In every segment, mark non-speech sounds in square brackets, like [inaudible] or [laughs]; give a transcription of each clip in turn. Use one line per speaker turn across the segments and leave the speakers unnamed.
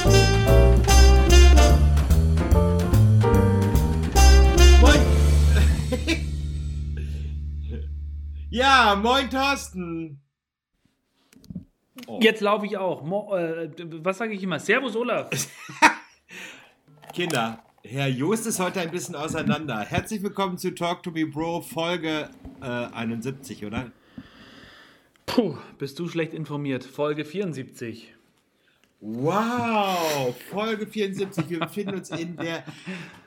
[laughs] Ja, moin Thorsten.
Jetzt laufe ich auch. Mo äh, was sage ich immer? Servus, Olaf.
Kinder, Herr Joost ist heute ein bisschen auseinander. Herzlich willkommen zu Talk to Me Bro Folge äh, 71, oder?
Puh, bist du schlecht informiert. Folge 74.
Wow, Folge 74. Wir befinden uns in der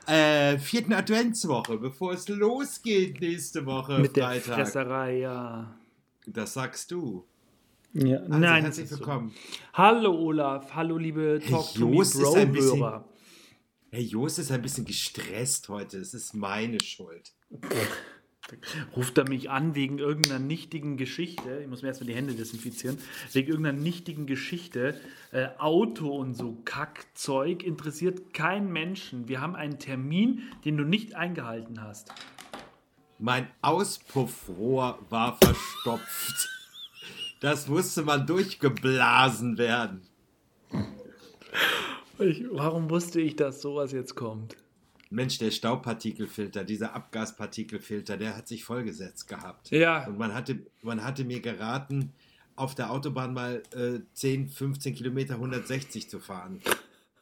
äh, vierten Adventswoche, bevor es losgeht nächste Woche
Mit der
Freitag.
Fresserei, ja.
Das sagst du.
ja.
Also
Nein.
herzlich willkommen.
Hallo, Olaf. Hallo, liebe Talk to Me
Joost ist ein bisschen-
Bro-Hörer.
Herr Joost ist ein bisschen gestresst heute. Es ist meine Schuld.
Ruft er mich an wegen irgendeiner nichtigen Geschichte? Ich muss mir erstmal die Hände desinfizieren. Wegen irgendeiner nichtigen Geschichte. Äh, Auto und so Kackzeug interessiert keinen Menschen. Wir haben einen Termin, den du nicht eingehalten hast.
Mein Auspuffrohr war verstopft. Das musste man durchgeblasen werden.
Ich, warum wusste ich, dass sowas jetzt kommt?
Mensch, der Staubpartikelfilter, dieser Abgaspartikelfilter, der hat sich vollgesetzt gehabt.
Ja.
Und man hatte, man hatte mir geraten, auf der Autobahn mal äh, 10, 15 Kilometer 160 zu fahren,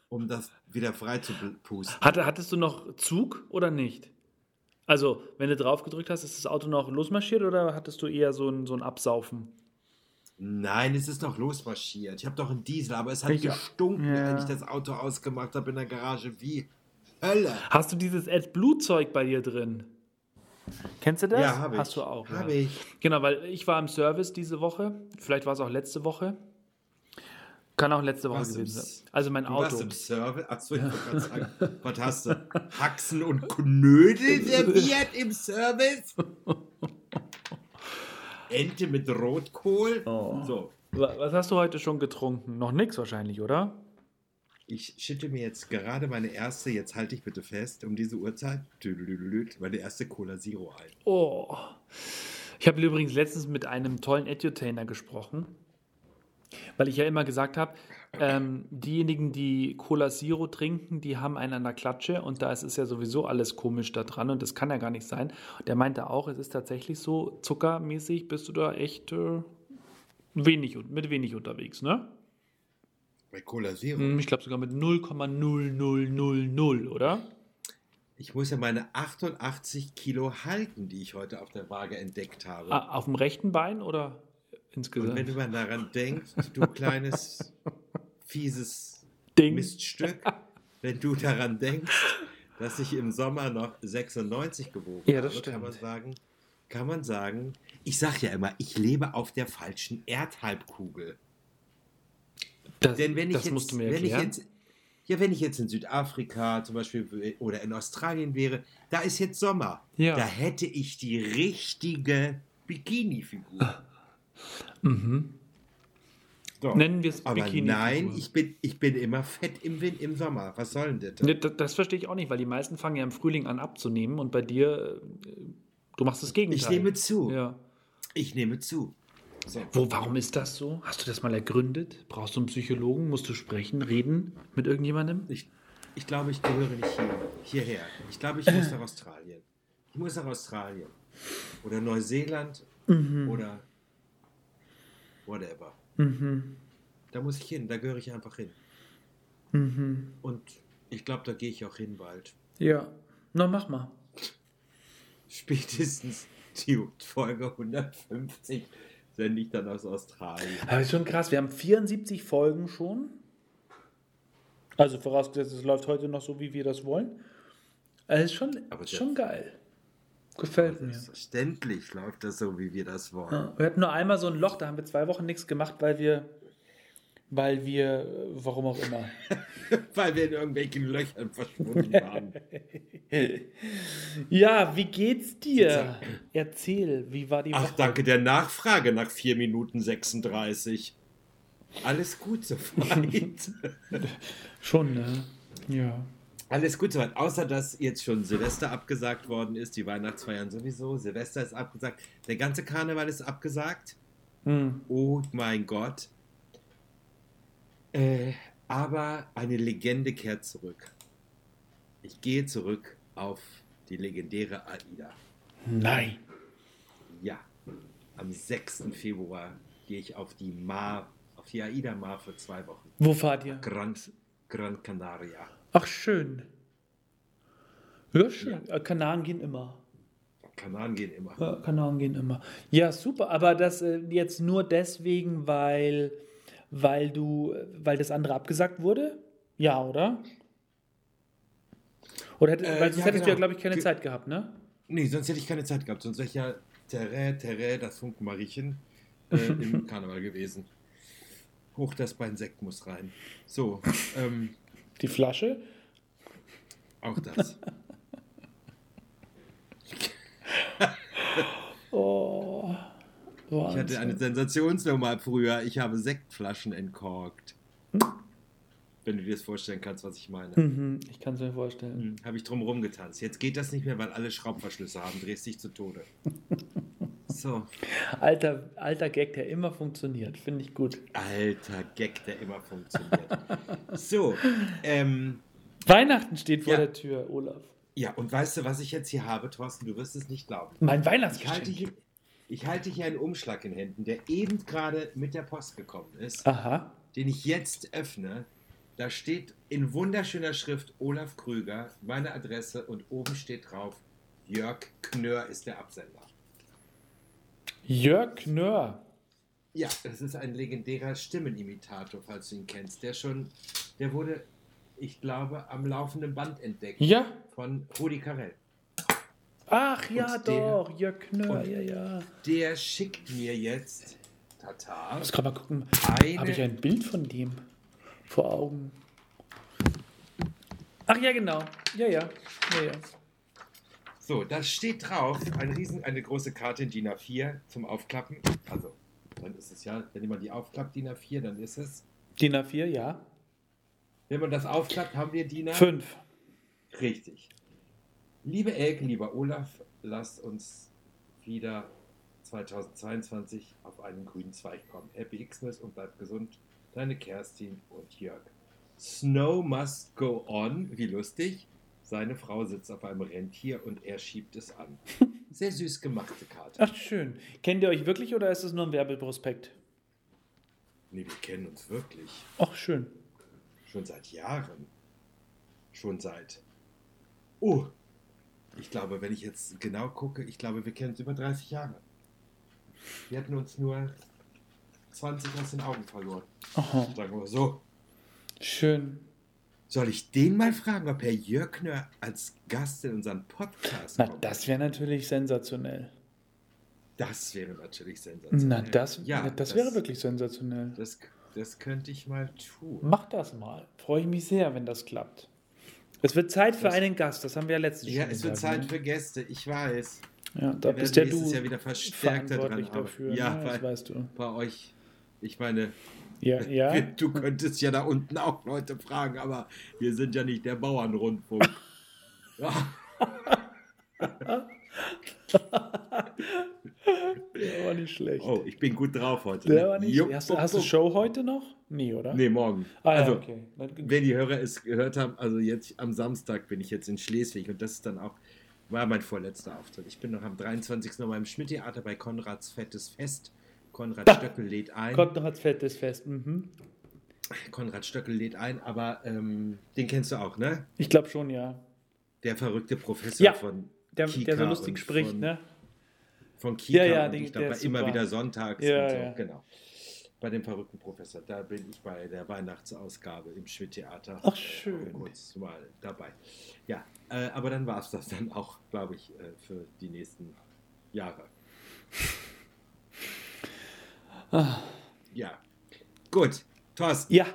um das wieder frei zu bl- pusten.
Hatte, hattest du noch Zug oder nicht? Also, wenn du drauf gedrückt hast, ist das Auto noch losmarschiert oder hattest du eher so ein, so ein Absaufen?
Nein, es ist noch losmarschiert. Ich habe doch einen Diesel, aber es hat
Ich-
gestunken,
Ja.
wenn ich das Auto ausgemacht habe in der Garage. Wie Hölle.
Hast du dieses AdBlue-Zeug bei dir drin? Kennst du das?
Ja, habe ich.
Hast du auch. ja.
Habe ich.
Genau, weil ich war im Service diese Woche. Vielleicht war es auch letzte Woche. Kann auch letzte Woche
Warst im
gewesen
S-
sein. Also mein
Du warst
Auto.
im Service? Achso, ich wollte gerade
[laughs]
sagen, was hast du? Haxen und Knödel serviert im Service? Ente mit Rotkohl?
Oh.
So,
Wa- Was hast du heute schon getrunken? Noch nix wahrscheinlich, oder?
ich schütte mir jetzt gerade meine erste, jetzt halte ich bitte fest, um diese Uhrzeit, tüdelüdelüdel, meine erste Cola Zero ein.
Oh. Ich habe übrigens letztens mit einem tollen Edutainer gesprochen, weil ich ja immer gesagt habe, ähm, diejenigen, die Cola Zero trinken, die haben einen an der Klatsche und da ist es ja sowieso alles komisch da dran und das kann ja gar nicht sein. Der meinte auch, es ist tatsächlich so, zuckermäßig bist du da echt äh, wenig und mit wenig unterwegs, ne?
Bei Cola Zero?
Hm, Ich glaube sogar mit 0,0000, oder?
Ich muss ja meine 88 Kilo halten, die ich heute auf der Waage entdeckt habe.
Ah, auf dem rechten Bein oder
und
insgesamt?
wenn man daran denkt, du
[laughs]
kleines, fieses
Ding.
Miststück, wenn du daran denkst, dass ich im Sommer noch 96 gewogen
Ja, das
habe, kann man
stimmt.
sagen, kann man sagen, ich sag ja immer, ich lebe auf der falschen Erdhalbkugel.
Das,
Denn wenn ich
Also, das
jetzt,
musst du mir
wenn ich
erklären.
jetzt ja, wenn ich jetzt in Südafrika zum Beispiel oder in Australien wäre, da ist jetzt Sommer.
Ja.
Da hätte ich die richtige
[laughs]
Bikini-Figur. So.
Mhm. Nennen wir es
Aber
Bikini-Figur.
nein, ich bin, ich bin immer fett im Wind im Sommer. Was soll denn das?
Ne, das, das verstehe ich auch nicht, weil die meisten fangen ja im Frühling an abzunehmen und bei dir, äh, du machst das Gegenteil.
Ich nehme zu.
Ja.
Ich nehme zu.
Wo, warum ist das so? Hast du das mal ergründet? Brauchst du einen Psychologen? Musst du sprechen, reden mit irgendjemandem?
Ich, ich glaube, ich gehöre nicht hier, hierher. Ich glaube, ich muss nach Australien. Ich muss nach Australien. Oder Neuseeland. Oder whatever. Da muss ich hin. Da gehöre ich einfach hin. Und ich glaube, da gehe ich auch hin bald. [laughs]
Ja. Na, mach mal.
Spätestens die Folge 150 sende ich dann aus Australien.
Aber ist schon krass, wir haben 74 Folgen schon. Also vorausgesetzt, es läuft heute noch so, wie wir das wollen. Also ist schon,
Aber der-
schon geil. Gefällt mir.
Selbstverständlich läuft das so, wie wir das wollen.
Ja, Wir hatten nur einmal so ein Loch, da haben wir zwei Wochen nichts gemacht, weil wir, weil wir, äh, warum auch immer.
Weil wir in irgendwelchen Löchern verschwunden waren.
[laughs] ja, wie geht's dir? Erzähl, wie war die
Ach,
Woche?
danke der Nachfrage nach 4 Minuten 36. Alles gut soweit.
Schon, ne? Ja.
Alles gut soweit. Außer, dass jetzt schon Silvester abgesagt worden ist, die Weihnachtsfeiern sowieso. Silvester ist abgesagt. Der ganze Karneval ist abgesagt.
Hm.
Oh mein Gott. Äh, aber eine Legende kehrt zurück. Ich gehe zurück auf die legendäre AIDA.
Nein.
Ja. Am 6. Februar gehe ich auf die Mar, auf die Aida Mar für zwei Wochen.
Wo fahrt ihr?
Gran, Gran Canaria.
Ach, schön. Ja, schön. Äh, Kanaren gehen immer.
Kanaren gehen immer.
Ja, Kanaren gehen immer. Ja, super. Aber das äh, jetzt nur deswegen, weil, weil du, weil das andere abgesagt wurde? Ja, oder? Oder hättest,
Äh,
weil
ja,
sonst hättest du ja,
genau.
glaube ich, keine
Ge-
Zeit gehabt, ne?
Nee, sonst hätte ich keine Zeit gehabt. Sonst wäre ich ja Terre, Terre, das Funkenmariechen äh, [laughs] im Karneval gewesen. Hoch das Bein Sekt muss rein. So, ähm,
Die Flasche?
auch das.
Oh.
Ich hatte eine Sensationsnummer früher. Ich habe Sektflaschen entkorkt. Wenn du dir das vorstellen kannst, was ich meine.
Mhm, ich kann es mir vorstellen.
Hm, Habe ich drum rumgetanzt. Jetzt geht das nicht mehr, weil alle Schraubverschlüsse haben. Drehst dich zu Tode. So.
Alter, alter Gag, der immer funktioniert. Finde ich gut.
Alter Gag, der immer funktioniert. So. Ähm,
Weihnachten steht vor
Ja.
der Tür, Olaf.
ja, und weißt du, was ich jetzt hier habe, Thorsten? Du wirst es nicht glauben.
Mein
Ich halte
Weihnachtsgeschenk.
hier, ich halte hier einen Umschlag in Händen, der eben gerade mit der Post gekommen ist.
Aha.
den ich jetzt öffne, da steht in wunderschöner Schrift Olaf Krüger, meine Adresse und oben steht drauf, Jörg Knör ist der Absender.
Jörg Knör.
Ja, das ist ein legendärer Stimmenimitator, falls du ihn kennst. Der schon, der wurde, ich glaube, am laufenden Band entdeckt
Ja.
von Rudi Carell.
Ach ja,
Und der-
doch. Jörg Knör.
und-
Ja, ja.
Der schickt mir jetzt, tata,
Muss gerade mal gucken. Habe ich
eine,
ein Bild von dem vor Augen? Ach ja, genau. Ja, ja. ja, ja.
so, da steht drauf, ein riesen, eine große Karte in DIN A4 zum Aufklappen. Also, dann ist es ja, wenn jemand die aufklappt, DIN A4, dann ist es
DIN A4, ja.
Wenn man das aufklappt, haben wir Dina.
Fünf.
Richtig. Liebe Elke, lieber Olaf, lasst uns wieder 2022 auf einen grünen Zweig kommen. Happy Xmas und bleibt gesund. Deine Kerstin und Jörg. Snow must go on. Wie lustig. Seine Frau sitzt auf einem Rentier und er schiebt es an. Sehr süß gemachte Karte.
Ach, schön. Kennt ihr euch wirklich oder ist es nur ein Werbeprospekt?
Nee, wir kennen uns wirklich.
Ach, schön.
Schon seit Jahren. Schon seit. Oh, ich glaube, wenn ich jetzt genau gucke, ich glaube, wir kennen uns über 30 Jahre. Wir hatten uns nur 20 aus den Augen verloren.
Aha.
Sagen wir mal so.
Schön.
Soll ich den mal fragen, ob Herr Jörgner als Gast in unseren Podcast
Na,
kommt?
das wäre natürlich sensationell.
Das wäre natürlich sensationell.
Na, das,
Ja,
na, das, wäre wirklich sensationell.
Das, das könnte ich mal tun.
Mach das mal. Freue ich mich sehr, wenn das klappt. Es wird Zeit für
Das-
einen Gast, das haben wir ja letztes
Ja,
schon
es wird
gesagt,
Zeit für Gäste, ich weiß.
ne? Ja, da
Wir
bist ja
werden
du
nächstes Jahr wieder verstärkter dran
verantwortlich
arbeiten.
dafür.
Ja,
ne?
weil
Das weißt du.
bei euch, ich meine,
[laughs] Ja,
[laughs]
ja.
Du könntest ja da unten auch Leute fragen, aber wir sind ja nicht der
[laughs]
Bauernrundfunk. Ja,
Der war nicht schlecht.
oh, ich bin gut drauf heute.
Der
ne?
war nicht
Jupp,
hast,
bupp,
du- hast du
bupp.
Show heute noch? Nee, oder?
Nee, morgen.
Ah, ja,
also,
okay. Dann-
wenn die Hörer es gehört haben, also jetzt am Samstag bin ich jetzt in Schleswig und das ist dann auch, war mein vorletzter Auftritt. Ich bin noch am 23. nochmal im Schmidt-Theater bei Konrads Fettes Fest. Konrad
Ah!
Stöckel lädt ein.
Kommt noch als fettes Fest. Mhm.
Konrad Stöckel lädt ein, aber ähm, den kennst du auch, ne?
Ich glaube schon, ja.
Der verrückte Professor
Ja,
von
Der, der so
Kika
lustig
und
spricht,
von-
ne?
Von Kika
Ja, ja,
und
den-
ich glaube,
der
bei
ist
immer
super.
wieder sonntags
Ja,
und so,
ja.
genau. Bei dem verrückten Professor, da bin ich bei der Weihnachtsausgabe im Schmidt-Theater.
Ach, schön.
Äh, kurz mal dabei. Ja, äh, aber dann war es das dann auch, glaube ich, äh, für die nächsten Jahre. Ja, gut. Thorsten,
Ja,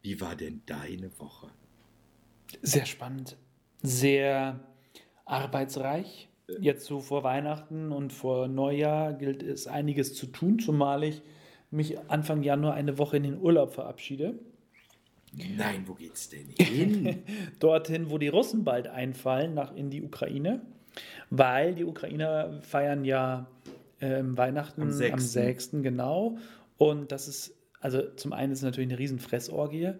wie war denn deine Woche?
sehr spannend. Sehr arbeitsreich. Jetzt so vor Weihnachten und vor Neujahr gilt es einiges zu tun, zumal ich mich Anfang Januar eine Woche in den Urlaub verabschiede.
Nein, wo geht's denn
[laughs]
hin?
dorthin, wo die Russen bald einfallen, nach in die Ukraine, weil die Ukrainer feiern ja ähm, Weihnachten
Am
am 6.
sechsten.
genau. Und das ist, also zum einen ist es natürlich eine riesen Fressorgie,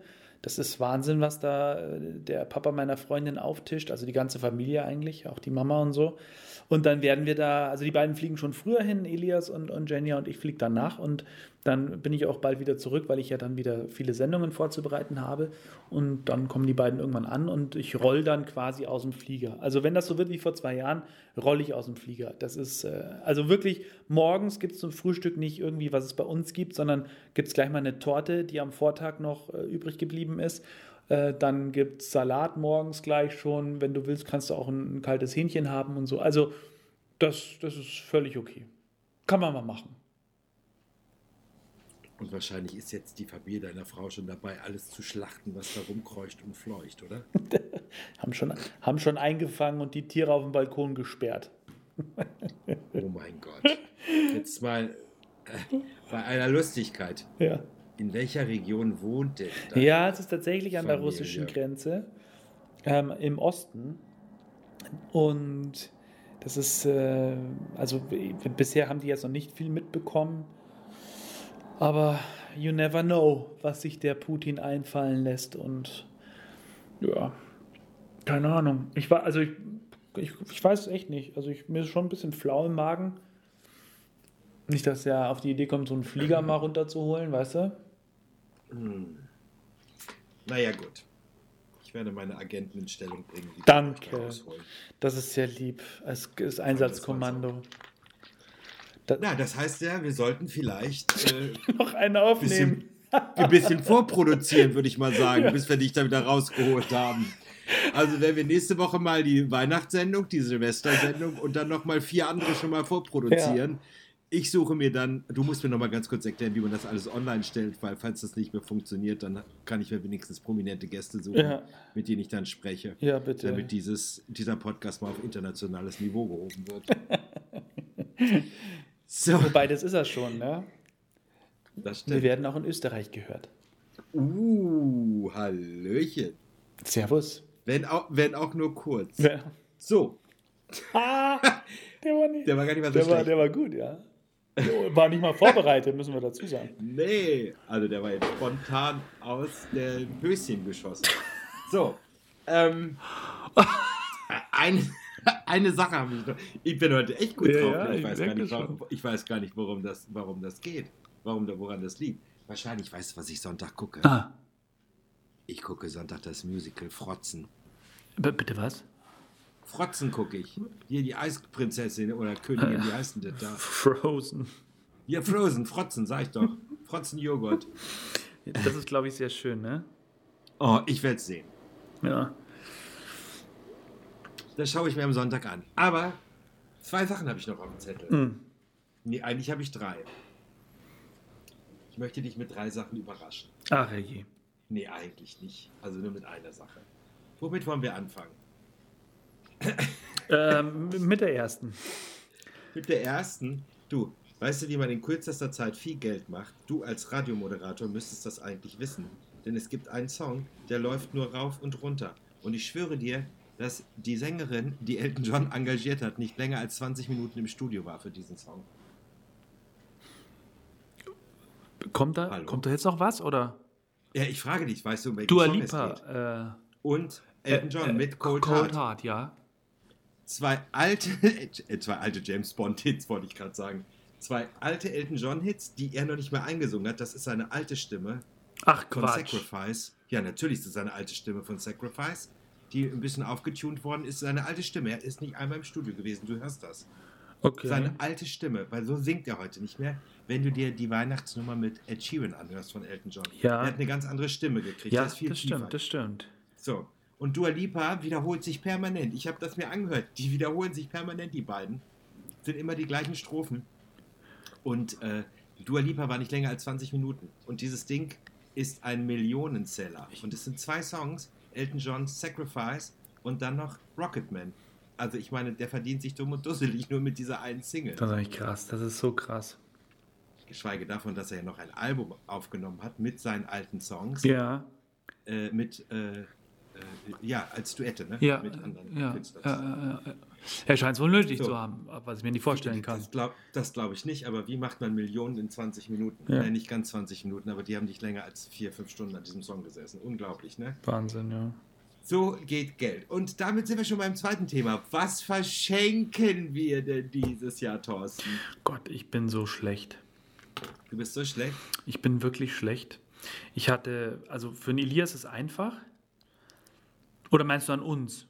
Das ist Wahnsinn, was da äh, der Papa meiner Freundin auftischt, also die ganze Familie eigentlich, auch die Mama und so. Und dann werden wir da, also die beiden fliegen schon früher hin, Elias und, und Jenny und ich fliege danach und dann bin ich auch bald wieder zurück, weil ich ja dann wieder viele Sendungen vorzubereiten habe und dann kommen die beiden irgendwann an und ich roll dann quasi aus dem Flieger. Also wenn das so wird wie vor zwei Jahren, rolle ich aus dem Flieger. Das ist, äh, also wirklich, morgens gibt es zum Frühstück nicht irgendwie, was es bei uns gibt, sondern gibt es gleich mal eine Torte, die am Vortag noch äh, übrig geblieben ist. Äh, Dann gibt es Salat morgens gleich schon. Wenn du willst, kannst du auch ein, ein kaltes Hähnchen haben und so. Also, das, das ist völlig okay. Kann man mal machen.
Und wahrscheinlich ist jetzt die Familie deiner Frau schon dabei, alles zu schlachten, was da rumkreucht und fleucht, oder?
Haben schon, haben schon eingefangen und die Tiere auf dem Balkon gesperrt.
Oh mein Gott. Jetzt mal äh, bei einer Lustigkeit.
Ja,
In welcher Region wohnt denn deine
ja es ist tatsächlich an der
Familie.
russischen Grenze ähm, im Osten. Und das ist, äh, also w- bisher haben die jetzt noch nicht viel mitbekommen. Aber you never know, was sich der Putin einfallen lässt. Und ja, keine Ahnung. Ich war, also ich, ich, ich weiß es echt nicht. Also ich, mir ist schon ein bisschen flau im Magen. Nicht, dass er auf die Idee kommt, so einen Flieger mal runterzuholen, weißt du?
Naja, gut. Ich werde meine Agenten in Stellung bringen. Die
Danke.
da rausholen.
Das ist sehr lieb. Es ist Einsatzkommando. Da,
Na, das heißt ja, wir sollten vielleicht äh,
[laughs] noch einer
ein bisschen,
aufnehmen.
ein bisschen vorproduzieren, würde ich mal sagen, bis wir dich da wieder rausgeholt haben. Also wenn wir nächste Woche mal die Weihnachtssendung, die Silvestersendung und dann nochmal vier andere schon mal vorproduzieren. Ich suche mir dann, du musst mir nochmal ganz kurz erklären, wie man das alles online stellt, weil falls das nicht mehr funktioniert, dann kann ich mir wenigstens prominente Gäste suchen,
Ja.
mit denen ich dann spreche.
Ja, bitte.
Damit dieses, dieser Podcast mal auf internationales Niveau gehoben wird.
[laughs]
so,
Wobei, das ist er schon, ne?
das
Wir
stimmt.
werden auch in Österreich gehört.
Uh, Hallöchen.
Servus.
Wenn auch, wenn auch nur kurz.
Wer-
So,
[laughs] Ah, der war nicht.
der war gar nicht mal so
Der war,
schlecht.
der war gut, ja. War nicht mal vorbereitet, müssen wir dazu sagen.
Nee, also der war jetzt spontan aus dem Höschen geschossen. So,
[laughs]
ähm, eine, eine Sache habe ich noch. Ich bin heute echt gut
Ja,
drauf.
ja,
ne? ich,
ich
weiß gar
merke
nicht,
das
warum, ich weiß gar nicht, worum das, warum das geht. Warum, da- woran das liegt. Wahrscheinlich weißt du, was ich Sonntag gucke.
[laughs] Ah,
Ich gucke Sonntag das Musical Frotzen.
bitte was?
Frotzen gucke ich. Hier die Eisprinzessin oder Königin, wie heißt denn das da?
Frozen.
Ja, Frozen, Frotzen, sag ich doch. Frotzen Joghurt.
Das ist, glaube ich, sehr schön, ne?
Oh, ich werde es sehen.
Ja.
Das schaue ich mir am Sonntag an. Aber zwei Sachen habe ich noch auf dem Zettel.
Hm.
Nee, eigentlich habe ich drei. Ich möchte dich mit drei Sachen überraschen.
Ach, je.
Nee, eigentlich nicht. Also nur mit einer Sache. Womit wollen wir anfangen?
Ähm, mit der ersten.
Mit der ersten. Du, weißt du, wie man in kürzester Zeit viel Geld macht? Du als Radiomoderator müsstest das eigentlich wissen. Denn es gibt einen Song, der läuft nur rauf und runter. Und ich schwöre dir, dass die Sängerin, die Elton John engagiert hat, nicht länger als 20 Minuten im Studio war für diesen Song.
Kommt da,
Hallo.
kommt da jetzt noch was, oder?
Ja, ich frage dich, weißt du, um welchen
Dua
Song es geht?
Lipa. Äh,
Und Elton John
äh,
mit Cold, Heart.
ja.
Zwei alte, [laughs] äh, zwei alte James Bond Hits, wollte ich gerade sagen. Zwei alte Elton John Hits, die er noch nicht mehr eingesungen hat. Das ist seine alte Stimme
Ach
von
Quatsch.
Sacrifice. Ja, natürlich ist es seine alte Stimme von Sacrifice, die ein bisschen aufgetunt worden ist. Seine alte Stimme. Er ist nicht einmal im Studio gewesen, du hörst das.
Okay.
Seine alte Stimme, weil so singt er heute nicht mehr. Wenn du dir die Weihnachtsnummer mit Ed Sheeran anhörst von Elton John.
Ja.
Er hat eine ganz andere Stimme gekriegt.
ja,
Er
das
ist viel tiefer.
stimmt, das stimmt.
So. Und Dua Lipa wiederholt sich permanent. Ich habe das mir angehört. Die wiederholen sich permanent, die beiden. Sind immer die gleichen Strophen. Und äh, Dua Lipa war nicht länger als 20 Minuten. Und dieses Ding ist ein Millionenseller. Und es sind zwei Songs: Elton John's Sacrifice und dann noch Rocketman. Also, ich meine, der verdient sich dumm und dusselig nur mit dieser einen Single.
Das ist eigentlich krass, das ist so krass.
Geschweige davon, dass er ja noch ein Album aufgenommen hat mit seinen alten Songs
Ja,
äh, mit, äh, äh, ja, als Duette, ne?
ja.
Mit anderen
ja,
Künstlern.
äh, äh, Er scheint es wohl nötig
So.
zu haben, was ich mir nicht vorstellen kann.
Das glaube das glaub ich nicht, aber wie macht man Millionen in 20 Minuten?
Ja.
Nein, nicht ganz 20 Minuten, aber die haben nicht länger als vier, fünf Stunden an diesem Song gesessen. Unglaublich, ne?
Wahnsinn, ja.
So geht Geld. Und damit sind wir schon beim zweiten Thema. Was verschenken wir denn dieses Jahr, Thorsten?
Gott, ich bin so schlecht.
Du bist so schlecht.
Ich bin wirklich schlecht. Ich hatte, also für einen Elias ist einfach. Oder meinst du an uns?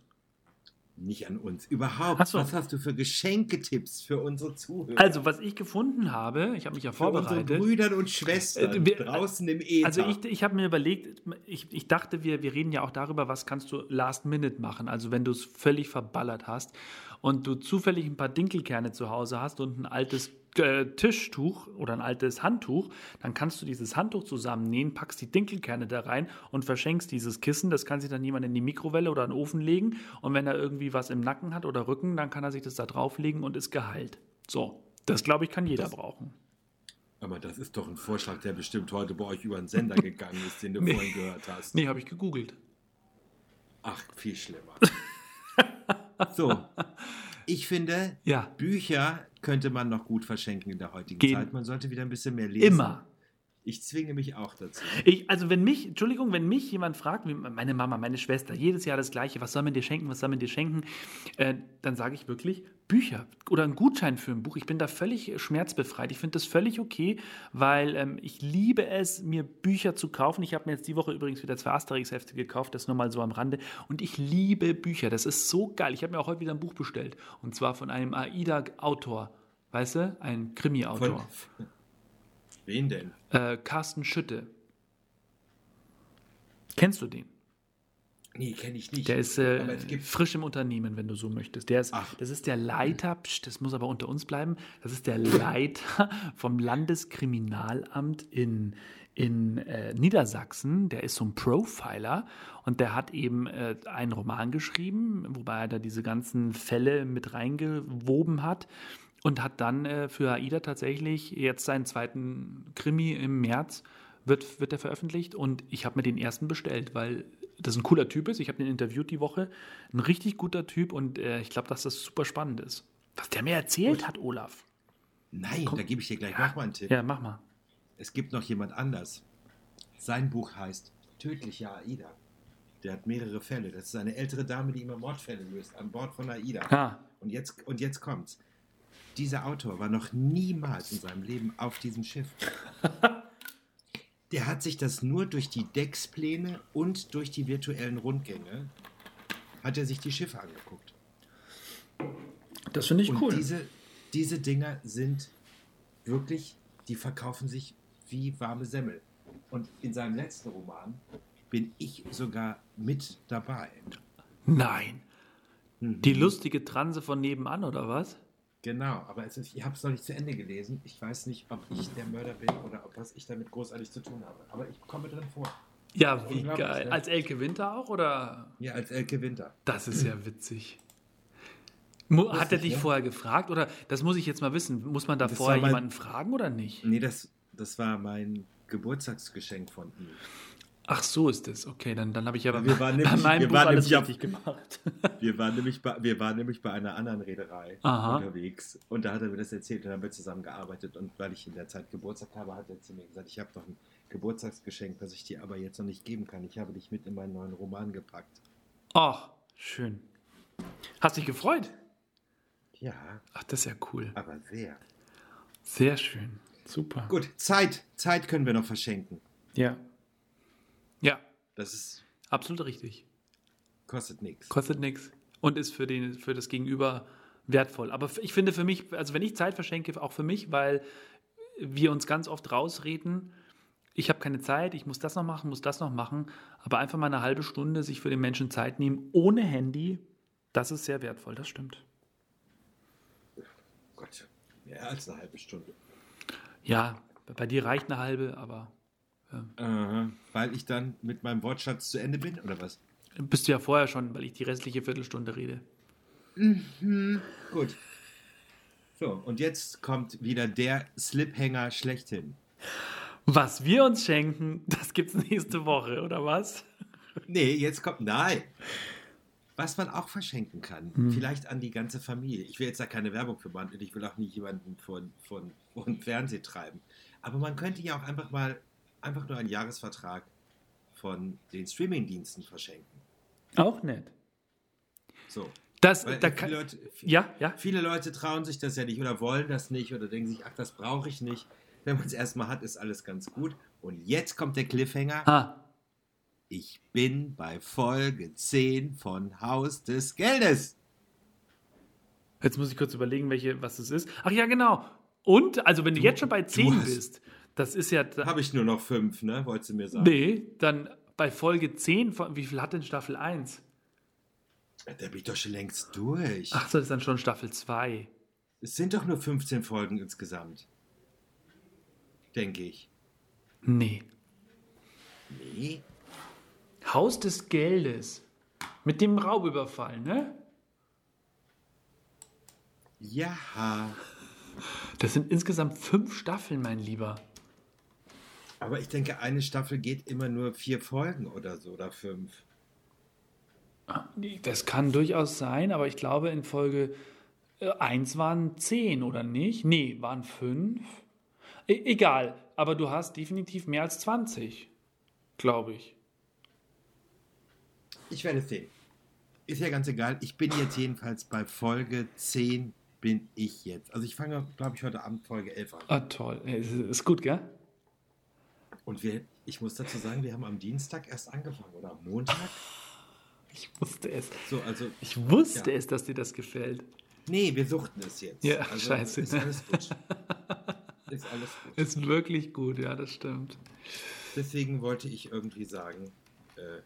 Nicht an uns. Überhaupt.
Ach so.
Was hast du für Geschenketipps für unsere Zuhörer?
Also, was ich gefunden habe, ich habe mich ja
für unsere
vorbereitet.
Brüdern und Schwestern
Äh, wir-
draußen im Äther.
Also ich, ich habe mir überlegt, ich, ich dachte, wir, wir reden ja auch darüber, was kannst du last minute machen, also wenn du es völlig verballert hast und du zufällig ein paar Dinkelkerne zu Hause hast und ein altes äh, Tischtuch oder ein altes Handtuch, dann kannst du dieses Handtuch zusammennähen, packst die Dinkelkerne da rein und verschenkst dieses Kissen. Das kann sich dann jemand in die Mikrowelle oder in den Ofen legen und wenn er irgendwie was im Nacken hat oder Rücken, dann kann er sich das da drauflegen und ist geheilt. So, das glaube ich kann jeder
Das-
brauchen.
Aber das ist doch ein Vorschlag, der bestimmt heute bei euch über den Sender gegangen ist, den du
[laughs] Nee.
vorhin gehört hast.
Nee, habe ich gegoogelt.
Ach, viel
[laughs]
schlimmer. so, ich finde,
Ja,
Bücher könnte man noch gut verschenken in der heutigen
Gehen.
Zeit. Man sollte wieder ein bisschen mehr lesen.
immer.
Ich zwinge mich auch dazu.
Ich, also wenn mich, Entschuldigung, wenn mich jemand fragt, wie meine Mama, meine Schwester, jedes Jahr das Gleiche, was soll man dir schenken, was soll man dir schenken, äh, dann sage ich wirklich Bücher oder einen Gutschein für ein Buch. Ich bin da völlig schmerzbefreit. Ich finde das völlig okay, weil ähm, ich liebe es, mir Bücher zu kaufen. Ich habe mir jetzt die Woche übrigens wieder zwei Asterix-Hefte gekauft, das nur mal so am Rande. Und ich liebe Bücher. Das ist so geil. Ich habe mir auch heute wieder ein Buch bestellt. Und zwar von einem AIDA-Autor. Weißt du? Ein Krimi-Autor.
Wen denn?
Äh, Carsten Schütte. Kennst du den?
Nee, kenne ich nicht.
Der ist
Aber
äh,
es gibt-
frisch im Unternehmen, wenn du so möchtest. Der ist,
Ach.
das ist der Leiter, pst, das muss aber unter uns bleiben, das ist der Leiter vom Landeskriminalamt in, in äh, Niedersachsen. Der ist so ein Profiler und der hat eben äh, einen Roman geschrieben, wobei er da diese ganzen Fälle mit reingewoben hat. Und hat dann äh, für AIDA tatsächlich jetzt seinen zweiten Krimi im März wird, wird der veröffentlicht und ich habe mir den ersten bestellt, weil das ein cooler Typ ist. Ich habe den interviewt die Woche. Ein richtig guter Typ und äh, ich glaube, dass das super spannend ist. Was der mir erzählt hat, Olaf.
Nein, da gebe ich dir gleich
Ja.
nochmal einen Tipp.
Ja, mach mal.
Es gibt noch jemand anders. Sein Buch heißt Tödliche AIDA. Der hat mehrere Fälle. Das ist eine ältere Dame, die immer Mordfälle löst, an Bord von AIDA.
Ah,
Und jetzt, und jetzt kommt's. Dieser Autor war noch niemals in seinem Leben auf diesem Schiff. Der hat sich das nur durch die Deckspläne und durch die virtuellen Rundgänge, hat er sich die Schiffe angeguckt.
das finde ich
Und
cool.
diese, diese Dinger sind wirklich, die verkaufen sich wie warme Semmel. Und in seinem letzten Roman bin ich sogar mit dabei.
Nein.
Mhm.
Die lustige Transe von nebenan, oder was?
Genau, aber es ist, ich habe es noch nicht zu Ende gelesen. Ich weiß nicht, ob ich der Mörder bin oder ob was ich damit großartig zu tun habe. Aber ich komme drin vor.
Ja, wie
Unglaublich,
geil.
ne?
Als Elke Winter auch, oder?
Ja, als Elke Winter.
Das ist ja witzig. Mu hat er
Lustig,
dich
ne?
vorher gefragt? Oder das muss ich jetzt mal wissen. Muss man da
Das
vorher
war mein-
jemanden fragen oder nicht?
Nee, das, das war mein Geburtstagsgeschenk von ihm.
Ach so ist es. Okay, dann, dann habe ich ja bei,
Wir waren
[laughs] bei
nämlich-
meinem
wir
Buch
waren
alles
nämlich auf-
richtig gemacht.
Wir waren nämlich bei, wir waren nämlich bei einer anderen Reederei
Aha.
unterwegs und da hat er mir das erzählt und dann haben wir zusammen gearbeitet. Und weil ich in der Zeit Geburtstag habe, hat er zu mir gesagt, ich habe noch ein Geburtstagsgeschenk, das ich dir aber jetzt noch nicht geben kann. Ich habe dich mit in meinen neuen Roman gepackt.
Ach, Ah, schön. Hast dich gefreut?
Ja,
Ach, das ist ja cool.
aber sehr.
Sehr schön. Super.
Gut, Zeit. Zeit können wir noch verschenken.
Ja. Ja,
Das ist,
absolut richtig.
kostet nichts.
Kostet nichts und ist für, den, für das Gegenüber wertvoll. Aber f- ich finde für mich, also wenn ich Zeit verschenke, auch für mich, weil wir uns ganz oft rausreden, ich habe keine Zeit, ich muss das noch machen, muss das noch machen, aber einfach mal eine halbe Stunde sich für den Menschen Zeit nehmen, ohne Handy, das ist sehr wertvoll, das stimmt.
Gott, mehr als eine halbe Stunde.
Ja, bei dir reicht eine halbe, aber
Weil ich dann mit meinem Wortschatz zu Ende bin, oder was?
Bist du ja vorher schon, weil ich die restliche Viertelstunde rede.
Gut. So, und jetzt kommt wieder der Sliphänger schlechthin.
Was wir uns [laughs] schenken, das gibt's nächste Woche, oder was?
Nee, jetzt kommt. Nein! was man auch verschenken kann,
Hm.
vielleicht an die ganze Familie. Ich will jetzt da keine Werbung für machen und ich will auch nicht jemanden von, von, von Fernseh treiben. Aber man könnte ja auch einfach mal einfach nur einen Jahresvertrag von den Streamingdiensten verschenken.
Auch nett.
So.
Das,
Weil
da
viele,
kann,
Leute,
ja, ja.
viele Leute trauen sich das ja nicht oder wollen das nicht oder denken sich, ach, das brauche ich nicht. Wenn man es erstmal hat, ist alles ganz gut. Und jetzt kommt der Cliffhanger.
Ah,
Ich bin bei Folge 10 von Haus des Geldes.
Jetzt muss ich kurz überlegen, welche, was es ist. Ach ja, genau. Und, also wenn du, jetzt schon bei 10
hast-
bist, das ist ja.
Habe ich nur noch fünf, ne? Wolltest du mir sagen?
Nee, dann bei Folge 10, von, wie viel hat denn Staffel 1?
Da bin ich doch schon längst durch.
Ach so, das ist dann schon Staffel 2.
Es sind doch nur 15 Folgen insgesamt. Denke ich.
Nee.
Nee.
Haus des Geldes. Mit dem Raubüberfall, ne?
Ja.
Das sind insgesamt fünf Staffeln, mein Lieber.
Aber ich denke, eine Staffel geht immer nur vier Folgen oder so oder fünf.
Das kann durchaus sein, aber ich glaube, in Folge 1 waren 10 oder nicht? Nee, waren 5. E egal, aber du hast definitiv mehr als 20, glaube ich.
Ich werde es sehen. Ist ja ganz egal. Ich bin jetzt jedenfalls bei Folge 10 bin ich jetzt. Also ich fange, glaube ich, heute Abend Folge 11 an.
Ah, toll. Äh, Ist, ist gut, gell?
Und wir, ich muss dazu sagen, wir haben am Dienstag erst angefangen oder am Montag.
Ich wusste es.
So, also,
Ich wusste
Ja.
es, dass dir das gefällt.
nee, wir suchten es jetzt.
Ja,
also,
scheiße.
Ist alles gut. Ist alles
[laughs]
gut.
Ist wirklich gut, ja, das stimmt.
Deswegen wollte ich irgendwie sagen, äh,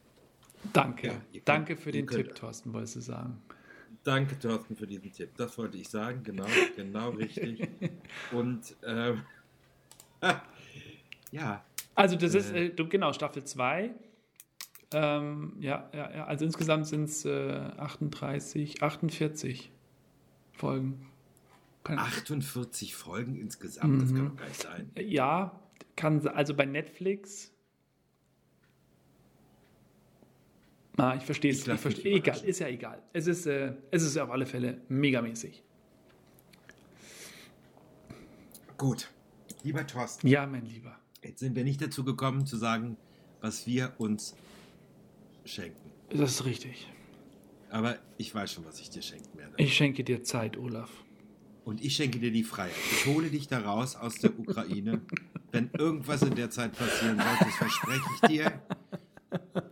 Danke.
Ja, ihr könnt-
Danke für
ihr
den
könnt-
Tipp, Thorsten, wolltest du sagen.
danke Thorsten für diesen Tipp. Das wollte ich sagen, genau, genau
[laughs]
richtig. Und ähm, [laughs] ja,
Also das ist,
Äh.
äh, du, genau, Staffel 2. Ähm, ja, ja, ja, also insgesamt sind es äh, 38, 48 Folgen. Kann,
48 Folgen insgesamt, das
Mhm.
kann doch gar nicht sein.
Ja, kann, se- also bei Netflix. Ah, ich verstehe es.
Ich
Ich
lass mich
verstehe- egal,
überraschen.
ist ja egal. Es ist, äh, es ist auf alle Fälle megamäßig.
Gut, lieber Thorsten,
Ja, mein Lieber.
jetzt sind wir nicht dazu gekommen zu sagen, was wir uns schenken.
Das ist richtig.
Aber ich weiß schon, was ich dir schenken werde.
Ich schenke dir Zeit, [laughs] Olaf.
Und ich schenke dir die Freiheit. Ich hole dich da raus aus der Ukraine. Wenn irgendwas in der Zeit passieren sollte, das verspreche ich dir.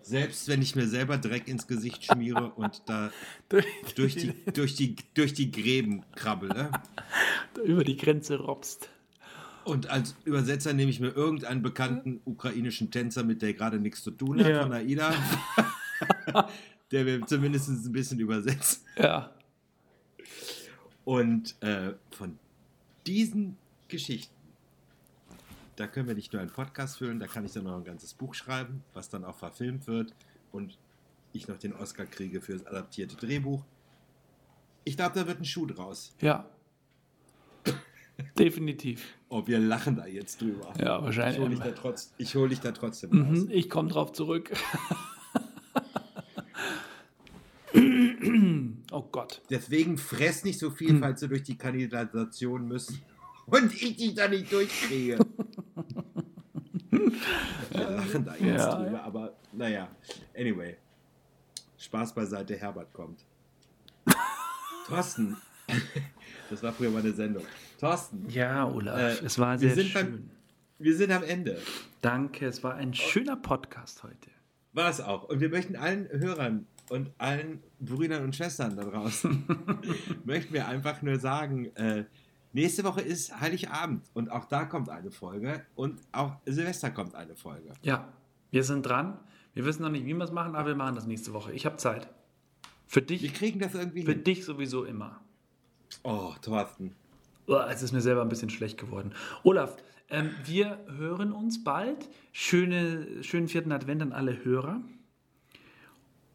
Selbst wenn ich mir selber Dreck ins Gesicht schmiere und da durch die, durch die, durch die Gräben krabbele.
Über die Grenze robst.
Und als Übersetzer nehme ich mir irgendeinen bekannten ukrainischen Tänzer, mit der gerade nichts zu tun hat,
Ja.
von Aida. der mir zumindest ein bisschen übersetzt.
Ja.
Und äh, von diesen Geschichten, da können wir nicht nur einen Podcast führen, da kann ich dann noch ein ganzes Buch schreiben, was dann auch verfilmt wird und ich noch den Oscar kriege für das adaptierte Drehbuch. Ich glaube, da wird ein Schuh draus. [laughs]
Ja. Definitiv.
Oh, wir lachen da jetzt drüber. ich
Ja,
hole
wahrscheinlich.
dich, da trotz, ich hol dich da trotzdem raus.
Mhm, ich komme drauf zurück. [laughs] oh Gott.
Deswegen fress nicht so viel,
Hm.
falls du durch die Kandidatation müssen und ich dich da nicht
[laughs]
durchkriege. Wir lachen da jetzt
Ja.
drüber, aber naja. Anyway. Spaß beiseite, Herbert kommt. Thorsten. [laughs] Das war früher mal eine Sendung. Thorsten,
Ja, Olaf,
Äh,
es war
wir
sehr
sind beim-
schön.
wir sind am Ende.
Danke, es war ein schöner Podcast heute.
War es auch. Und wir möchten allen Hörern und allen Brüdern und Schwestern da draußen, möchten wir einfach nur sagen, äh, nächste Woche ist Heiligabend und auch da kommt eine Folge und auch Silvester kommt eine Folge.
Ja, wir sind dran. Wir wissen noch nicht, wie wir es machen, aber wir machen das nächste Woche. Ich habe Zeit. Für
Wir
dich,
kriegen das irgendwie
für
hin.
dich sowieso immer.
Oh, Thorsten.
Uah, es ist mir selber ein bisschen schlecht geworden. Olaf, ähm, wir hören uns bald. Schöne, schönen vierten Advent an alle Hörer.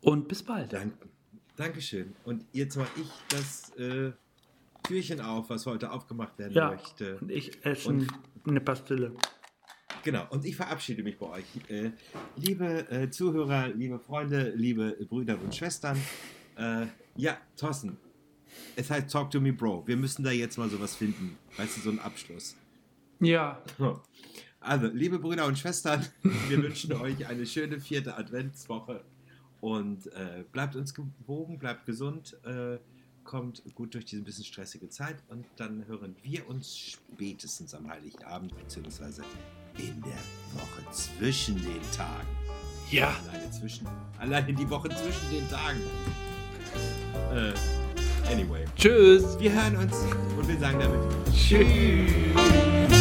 Und bis bald.
Danke. Dankeschön. Und jetzt mache ich das äh, Türchen auf, was heute aufgemacht werden
Ja,
möchte.
und ich esse
Und-
eine Pastille.
Genau, und ich verabschiede mich bei euch. Äh, Liebe äh, Zuhörer, liebe Freunde, liebe Brüder und Schwestern, Äh, ja, Thorsten. Es heißt Talk to me, Bro. Wir müssen da jetzt mal sowas finden. Weißt du, so einen Abschluss.
Ja.
Also, liebe Brüder und Schwestern, [laughs] wir wünschen euch eine schöne vierte Adventswoche und äh, bleibt uns gewogen, bleibt gesund, äh, kommt gut durch diese bisschen stressige Zeit und dann hören wir uns spätestens am Heiligabend beziehungsweise in der Woche zwischen den Tagen.
Ja.
Alleine, zwischen, alleine die Woche zwischen den Tagen. Äh, anyway,
Tschüss.
wir hören uns und wir sagen damit
Tschüss.